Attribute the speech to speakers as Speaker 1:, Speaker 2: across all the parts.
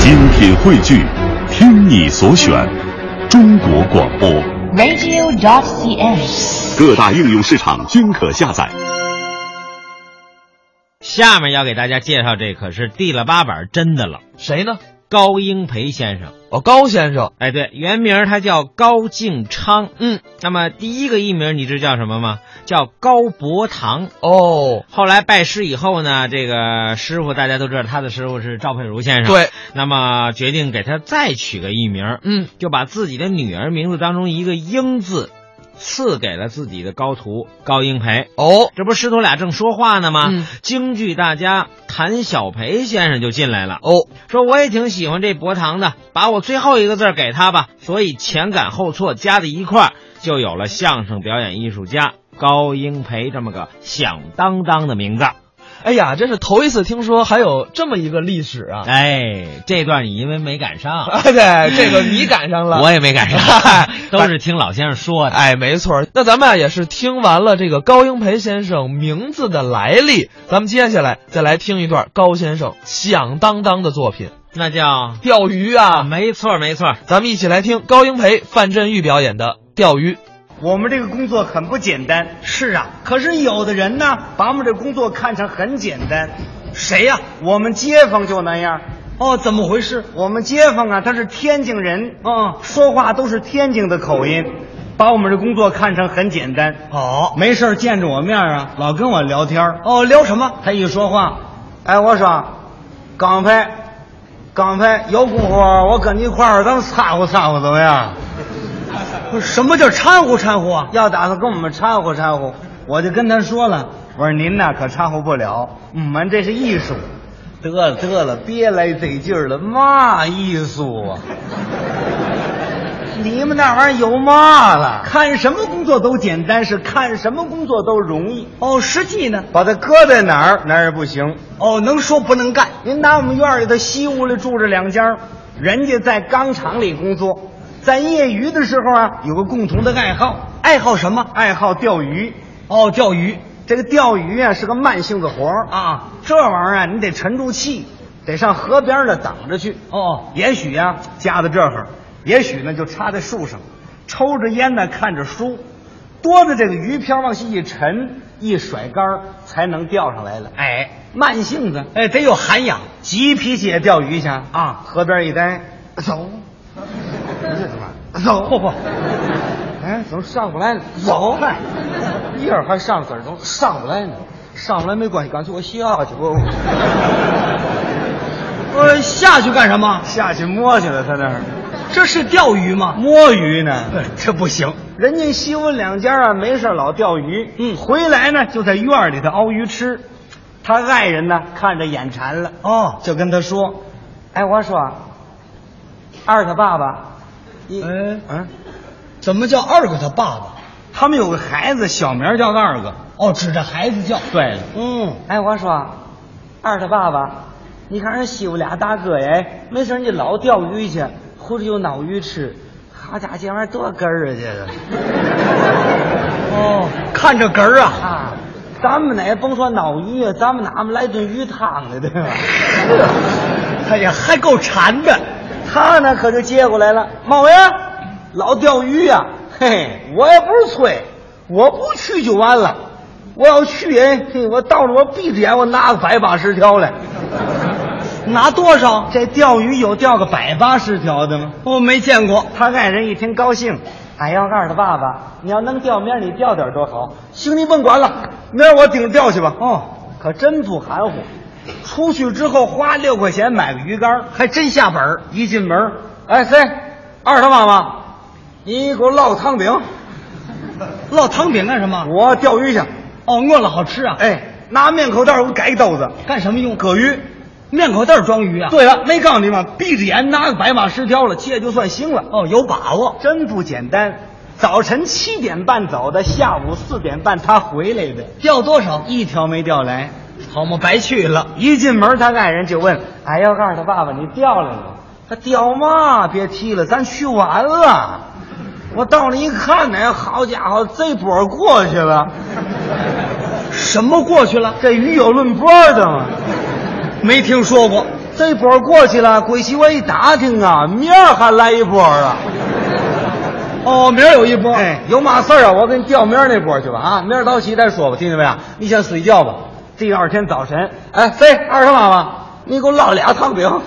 Speaker 1: 精品汇聚，听你所选，中国广播。
Speaker 2: radio.cn。
Speaker 1: 各大应用市场均可下载。
Speaker 3: 下面要给大家介绍这可是地了八板真的了，
Speaker 4: 谁呢？
Speaker 3: 高英培先生。
Speaker 4: 哦，高先生。
Speaker 3: 哎，对，原名他叫高敬昌。嗯，那么第一个艺名你知道叫什么吗？叫高伯堂。
Speaker 4: 哦，
Speaker 3: 后来拜师以后呢，这个师傅大家都知道，他的师傅是赵佩茹先生。，
Speaker 4: 对，
Speaker 3: 那么决定给他再取个艺名，
Speaker 4: 嗯，
Speaker 3: 就把自己的女儿名字当中一个英字赐给了自己的高徒高英培。
Speaker 4: 哦，
Speaker 3: 这不师徒俩正说话呢吗？
Speaker 4: 嗯
Speaker 3: 京剧大家谭小培先生就进来了，
Speaker 4: 哦，
Speaker 3: 说我也挺喜欢这伯堂的，把我最后一个字儿给他吧。所以前赶后错加在一块儿，就有了相声表演艺术家高英培这么个响当当的名字。
Speaker 4: 哎呀，真是头一次听说还有这么一个历史啊！
Speaker 3: 哎，这段你因为没赶上，
Speaker 4: 哎，对，这个你赶上了。
Speaker 3: 我也没赶上， 都是听老先生说的。
Speaker 4: 哎，没错儿。那咱们啊也是听完了这个高英培先生名字的来历，咱们接下来再来听一段高先生响当当的作品
Speaker 3: 那叫
Speaker 4: 《钓鱼》啊。
Speaker 3: 没错没错，
Speaker 4: 咱们一起来听高英培、范振钰表演的《钓鱼》。
Speaker 5: 我们这个工作很不简单。是啊，可是有的人呢，把我们这工作看成很简单。谁呀、我们街坊就那样。哦，怎么回事？我们街坊啊，他是天津人，嗯，说话都是天津的口音，把我们这工作看成很简单。哦，没事儿见着我面儿啊，老跟我聊天哦，聊什么？他一说话，哎，我说，刚才，刚才有功夫，我跟你一块儿，咱们掺和掺和怎么样？不是什么叫掺和掺和啊？要打算跟我们掺和掺和，我就跟他说了，我说您呐可掺和不了，我们这是艺术。得了得了，别来这劲儿了，嘛艺术啊？你们那玩意儿有嘛了？看什么工作都简单，是看什么工作都容易。哦，实际呢？把它搁在哪儿，哪儿也不行。哦，能说不能干。您拿我们院里的西屋里住着两家儿，人家在钢厂里工作，在业余的时候啊，有个共同的爱好。爱好什么？爱好钓鱼。哦，钓鱼。这个钓鱼啊是个慢性子活啊，这玩意儿啊你得沉住气，得上河边儿呢挡着去。哦，也许呀、夹在这儿，也许呢就插在树上，抽着烟呢看着书，多的这个鱼漂往下一沉，一甩竿儿才能钓上来了。哎，慢性子，哎，得有涵养，急脾气也钓鱼去啊！河边一待，走，不是怎么走？嚯嚯！ 哎，怎么上不来呢？走，嗨，一会儿还上字儿，怎么上不来呢？上不来没关系，干脆我下去吧。
Speaker 6: 呃，下去干什么？
Speaker 5: 下去摸去了，他那儿
Speaker 6: 这是钓鱼吗？呃
Speaker 5: 摸鱼呢。
Speaker 6: 这不行。
Speaker 5: 人家西温两家啊，没事儿老钓鱼，
Speaker 6: 嗯
Speaker 5: 回来呢就在院里头熬鱼吃。他爱人呢看着眼馋了，
Speaker 6: 哦，
Speaker 5: 就跟他说：“哎，我说，二他爸爸，你
Speaker 6: 哎
Speaker 5: 嗯，
Speaker 6: 怎么叫二哥他爸爸？
Speaker 5: 他们有个孩子，小名叫二哥。
Speaker 6: 哦，指着孩子叫。
Speaker 5: 对了，
Speaker 6: 嗯，
Speaker 5: 哎，我说，二他爸爸，你看人西屋俩大哥哎，没事儿你老钓鱼去，回来有脑鱼吃。好家伙，这玩意儿多根儿啊，这个。”
Speaker 6: 哦，看着哏儿啊。
Speaker 5: 啊，咱们呢也甭说脑鱼啊，咱们哪们来顿鱼汤来，对吧？
Speaker 6: 哎呀，还够馋的。
Speaker 5: 他呢可就接过来了，猫爷，老钓鱼呀、嘿嘿，我也不是吹，我不去就完了，我要去哎，嘿，我到了我闭着眼我拿个百八十条来，
Speaker 6: 拿多少？
Speaker 5: 这钓鱼有钓个百八十条的吗？
Speaker 6: 我没见过。
Speaker 5: 他爱人一听高兴，哎呀，二他爸爸，你要能钓，明儿你钓点儿多好。行，你甭管了，明儿我顶着钓去吧。哦，可真不含糊。出去之后花六块钱买个鱼竿，还真下本儿。一进门，哎，谁？二他爸爸，你给我烙个汤饼，
Speaker 6: 烙汤饼干什么？
Speaker 5: 我钓鱼去。
Speaker 6: 哦，饿了好吃啊。，
Speaker 5: 哎，拿面口袋儿我改一兜子。
Speaker 6: 干什么用？搁鱼，面口袋装鱼啊。，
Speaker 5: 对了，没告诉你吗？闭着眼拿个百马十条了，这就算行了。
Speaker 6: 哦，有把握。
Speaker 5: 真不简单。早晨七点半走的，下午四点半他回来的，
Speaker 6: 钓多少？
Speaker 5: 一条没钓来。
Speaker 6: 好嘛，白去了。
Speaker 5: 一进门，他爱人就问：“哎，要告诉他爸爸，你钓来了？”他钓嘛，别提了，咱去晚了。我到那一看呢，好家伙，这波过去了，
Speaker 6: 什么过去了？
Speaker 5: 这鱼有论波的吗？
Speaker 6: 没听说过。
Speaker 5: 这波过去了，鬼媳妇一打听啊，明儿还来一波啊。
Speaker 6: 哦，明儿有一波。
Speaker 5: 哎，有嘛事儿啊？我给你调明儿那波去吧啊，明儿早起再说吧，听见没有？你先睡觉吧。第二天早晨，哎，谁二十妈妈，你给我烙俩糖饼。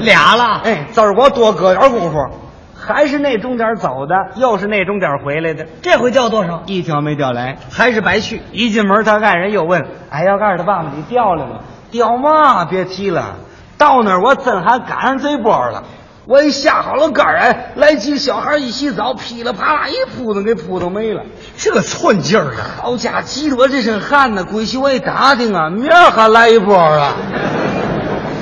Speaker 6: 俩了。
Speaker 5: 哎，这儿我多搁点儿功夫，还是那钟点儿走的，又是那钟点儿回来的，
Speaker 6: 这回掉多少？
Speaker 5: 一条没调来。
Speaker 6: 还是白去。
Speaker 5: 一进门，他爱人又问：“哎，要盖的爸爸，你掉了吗？”“掉嘛，别提了。到那儿我真还赶上这波了。我一下好了杆儿，哎，来几小孩一洗澡，噼里啪啦一扑腾给扑腾没了。
Speaker 6: 这个寸劲儿啊！
Speaker 5: 好家伙，急得我这身汗呢。鬼媳我一打听啊，明儿还来一波啊。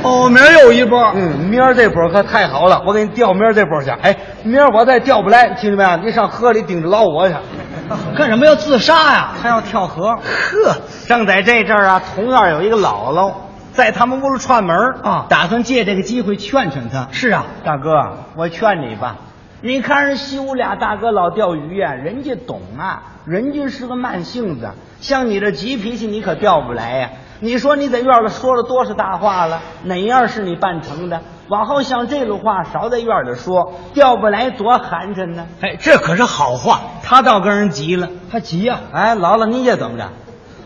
Speaker 6: 哦，明儿有一波。
Speaker 5: 嗯，明儿这波可太好了，我给你调明儿这波去。哎，明儿我再调不来，听见没有？你上河里盯着捞我去。
Speaker 6: 干什么要自杀呀、
Speaker 5: 他要跳河。
Speaker 6: 呵，
Speaker 5: 正在这阵儿啊，同院有一个姥姥在他们屋里串门儿
Speaker 6: 啊
Speaker 5: 打算借这个机会劝劝他。
Speaker 6: 是啊，
Speaker 5: 大哥，我劝你吧，你看人西屋俩大哥老钓鱼呀、人家懂啊，人家是个慢性子，像你这急脾气，你可钓不来呀、你说你在院里说了多少大话了？哪样是你办成的？往后像这种话少在院里说，钓不来多寒碜呢。
Speaker 6: 哎，这可是好话。
Speaker 5: 他倒跟人急了，
Speaker 6: 他急呀、
Speaker 5: 哎，姥姥，你也怎么着？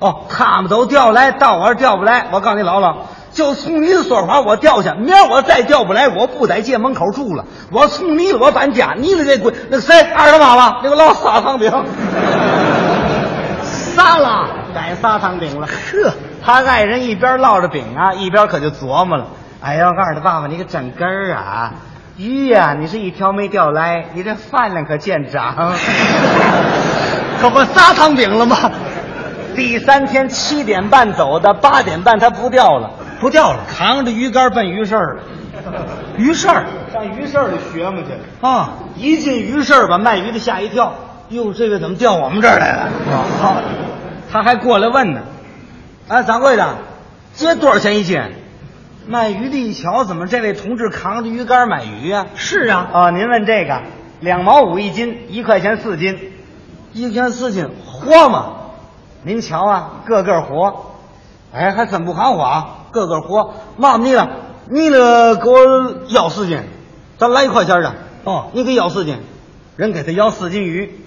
Speaker 5: 哦，他们都调来，到我这儿调不来。我告诉你，姥姥，就从您所房我调去，明儿我再调不来，我不在街门口住了，我从你了我搬家，你了这鬼那谁二他妈妈那个老撒糖饼，撒了改撒糖饼了。呵，他爱人一边烙着饼啊，一边可就琢磨了。哎呀，二他爸爸，你个整根儿啊！鱼呀、你是一条没钓来，你这饭量可见长。可不仨汤饼了吗？第三天七点半走的，八点半他不钓了，
Speaker 6: 不掉了
Speaker 5: 扛着鱼竿奔鱼市了，
Speaker 6: 于是儿
Speaker 5: 上鱼市里学嘛去了。
Speaker 6: 啊，
Speaker 5: 一进鱼市把卖鱼的吓一跳，哟，这个怎么调我们这儿来了？啊他还过来问呢，哎，掌柜的，这多少钱一斤？卖鱼的一瞧，怎么这位同志扛着鱼竿买鱼呀、
Speaker 6: 是啊，
Speaker 5: 啊，您问这个，两毛五一斤，一块钱四斤，一块钱四斤，活吗？您瞧啊，个个活，哎，还怎不含火？个个活，嘛你了，你了给我要四斤，咱来一块钱的。
Speaker 6: 哦
Speaker 5: 你给要四斤，人给他要四斤鱼，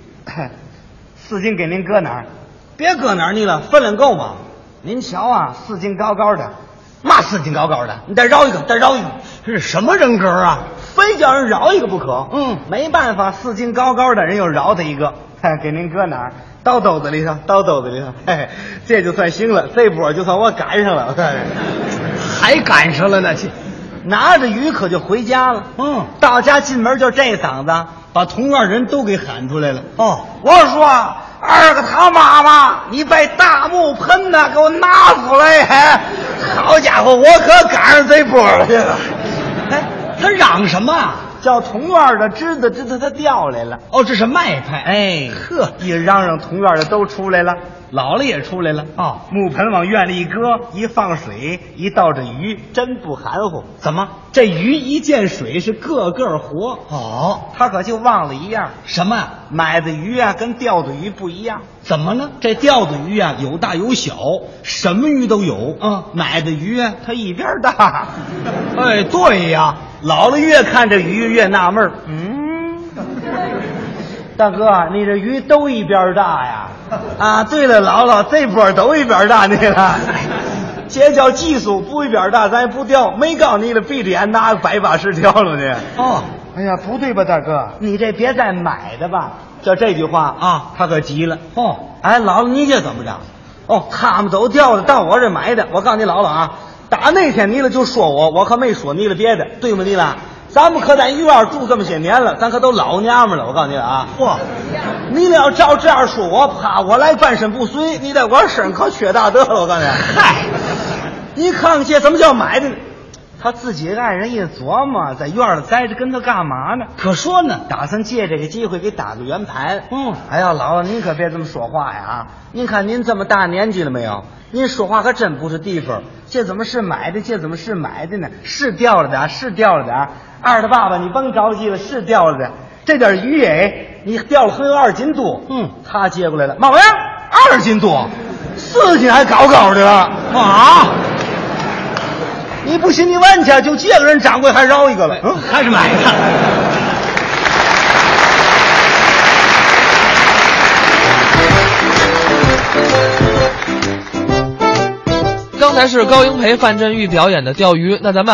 Speaker 5: 四斤给您搁哪儿？别搁哪儿你了，分量够吗？您瞧啊，四斤高高的，嘛四斤高高的，你再饶一个，再饶一个。
Speaker 6: 这是什么人格啊？
Speaker 5: 非叫人饶一个不可。
Speaker 6: 嗯
Speaker 5: 没办法，四斤高高的人又饶他一个，嘿给您搁哪儿？刀兜子里头，刀兜子里头，嘿嘿，这就算行了，这波就算我赶上了。我告诉你，
Speaker 6: 还赶上了呢，这
Speaker 5: 拿着鱼可就回家了。
Speaker 6: 嗯，
Speaker 5: 到家进门就这嗓子，把同院人都给喊出来了。
Speaker 6: 哦，
Speaker 5: 我说二个他妈妈，你被大木盆子给我拿出来！好家伙，我可赶上这波了。
Speaker 6: 哎，他嚷什么啊？
Speaker 5: 叫同院的知道知道他调来了。
Speaker 6: 哦，这是卖派。哎，呵，
Speaker 5: 一嚷嚷，同院的都出来了，姥姥也出来了。
Speaker 6: 哦
Speaker 5: 木盆往院里一搁，一放水，一倒这鱼，真不含糊。
Speaker 6: 怎么？
Speaker 5: 这鱼一见水是个个活，
Speaker 6: 哦，
Speaker 5: 他可就忘了一样，
Speaker 6: 什么啊？
Speaker 5: 买的鱼啊跟钓的鱼不一样。
Speaker 6: 怎么呢？
Speaker 5: 这钓的鱼啊，有大有小，什么鱼都有。
Speaker 6: 嗯
Speaker 5: 买的鱼啊，它一边大。
Speaker 6: 哎，对呀，
Speaker 5: 姥姥越看这鱼越纳闷嗯，大哥，你这鱼都一边大 呀？啊，对了，姥姥，这波都一边大你 了。这叫技术，不一边大咱也不钓，没告你了，闭着眼拿百把式钓了你。
Speaker 6: 哦，
Speaker 5: 哎呀，不对吧，大哥，你这别再买的吧。就这句话
Speaker 6: 啊
Speaker 5: 他可急了。
Speaker 6: 哦，
Speaker 5: 哎，姥姥，你这怎么着？哦，他们都掉了，到我这埋的。我告诉你，姥姥啊，打那天你了就说我，我可没说你了别的，对吗？你了，咱们可在医院住这么些年了，咱可都老娘们了。我告诉你了啊，
Speaker 6: 嚯，
Speaker 5: 你了要照这样说我，怕我来半身不遂，你在我身上可缺大德了。我告诉你，
Speaker 6: 嗨，
Speaker 5: 你看看这怎么叫埋的呢？他自己爱人一琢磨，在院里待着跟他干嘛呢？
Speaker 6: 可说呢。
Speaker 5: 打算借这个机会给打个圆盘。
Speaker 6: 嗯
Speaker 5: 哎呀，姥姥，您可别这么说话呀！啊，您看您这么大年纪了没有？您说话可真不是地方。这怎么是买的？这怎么是买的呢？是掉了点儿，是掉了点儿。二的爸爸，你甭着急了，是掉了点儿。这点鱼哎，你掉了很有二斤多。
Speaker 6: 嗯，
Speaker 5: 他接过来了，妈玩意儿，二斤多，四斤还高高的了。
Speaker 6: 啊，
Speaker 3: 你不信你问去，就这个人掌柜还饶一个了。嗯，还是买的。
Speaker 4: 刚才是高英培、范振钰表演的钓鱼，那咱们啊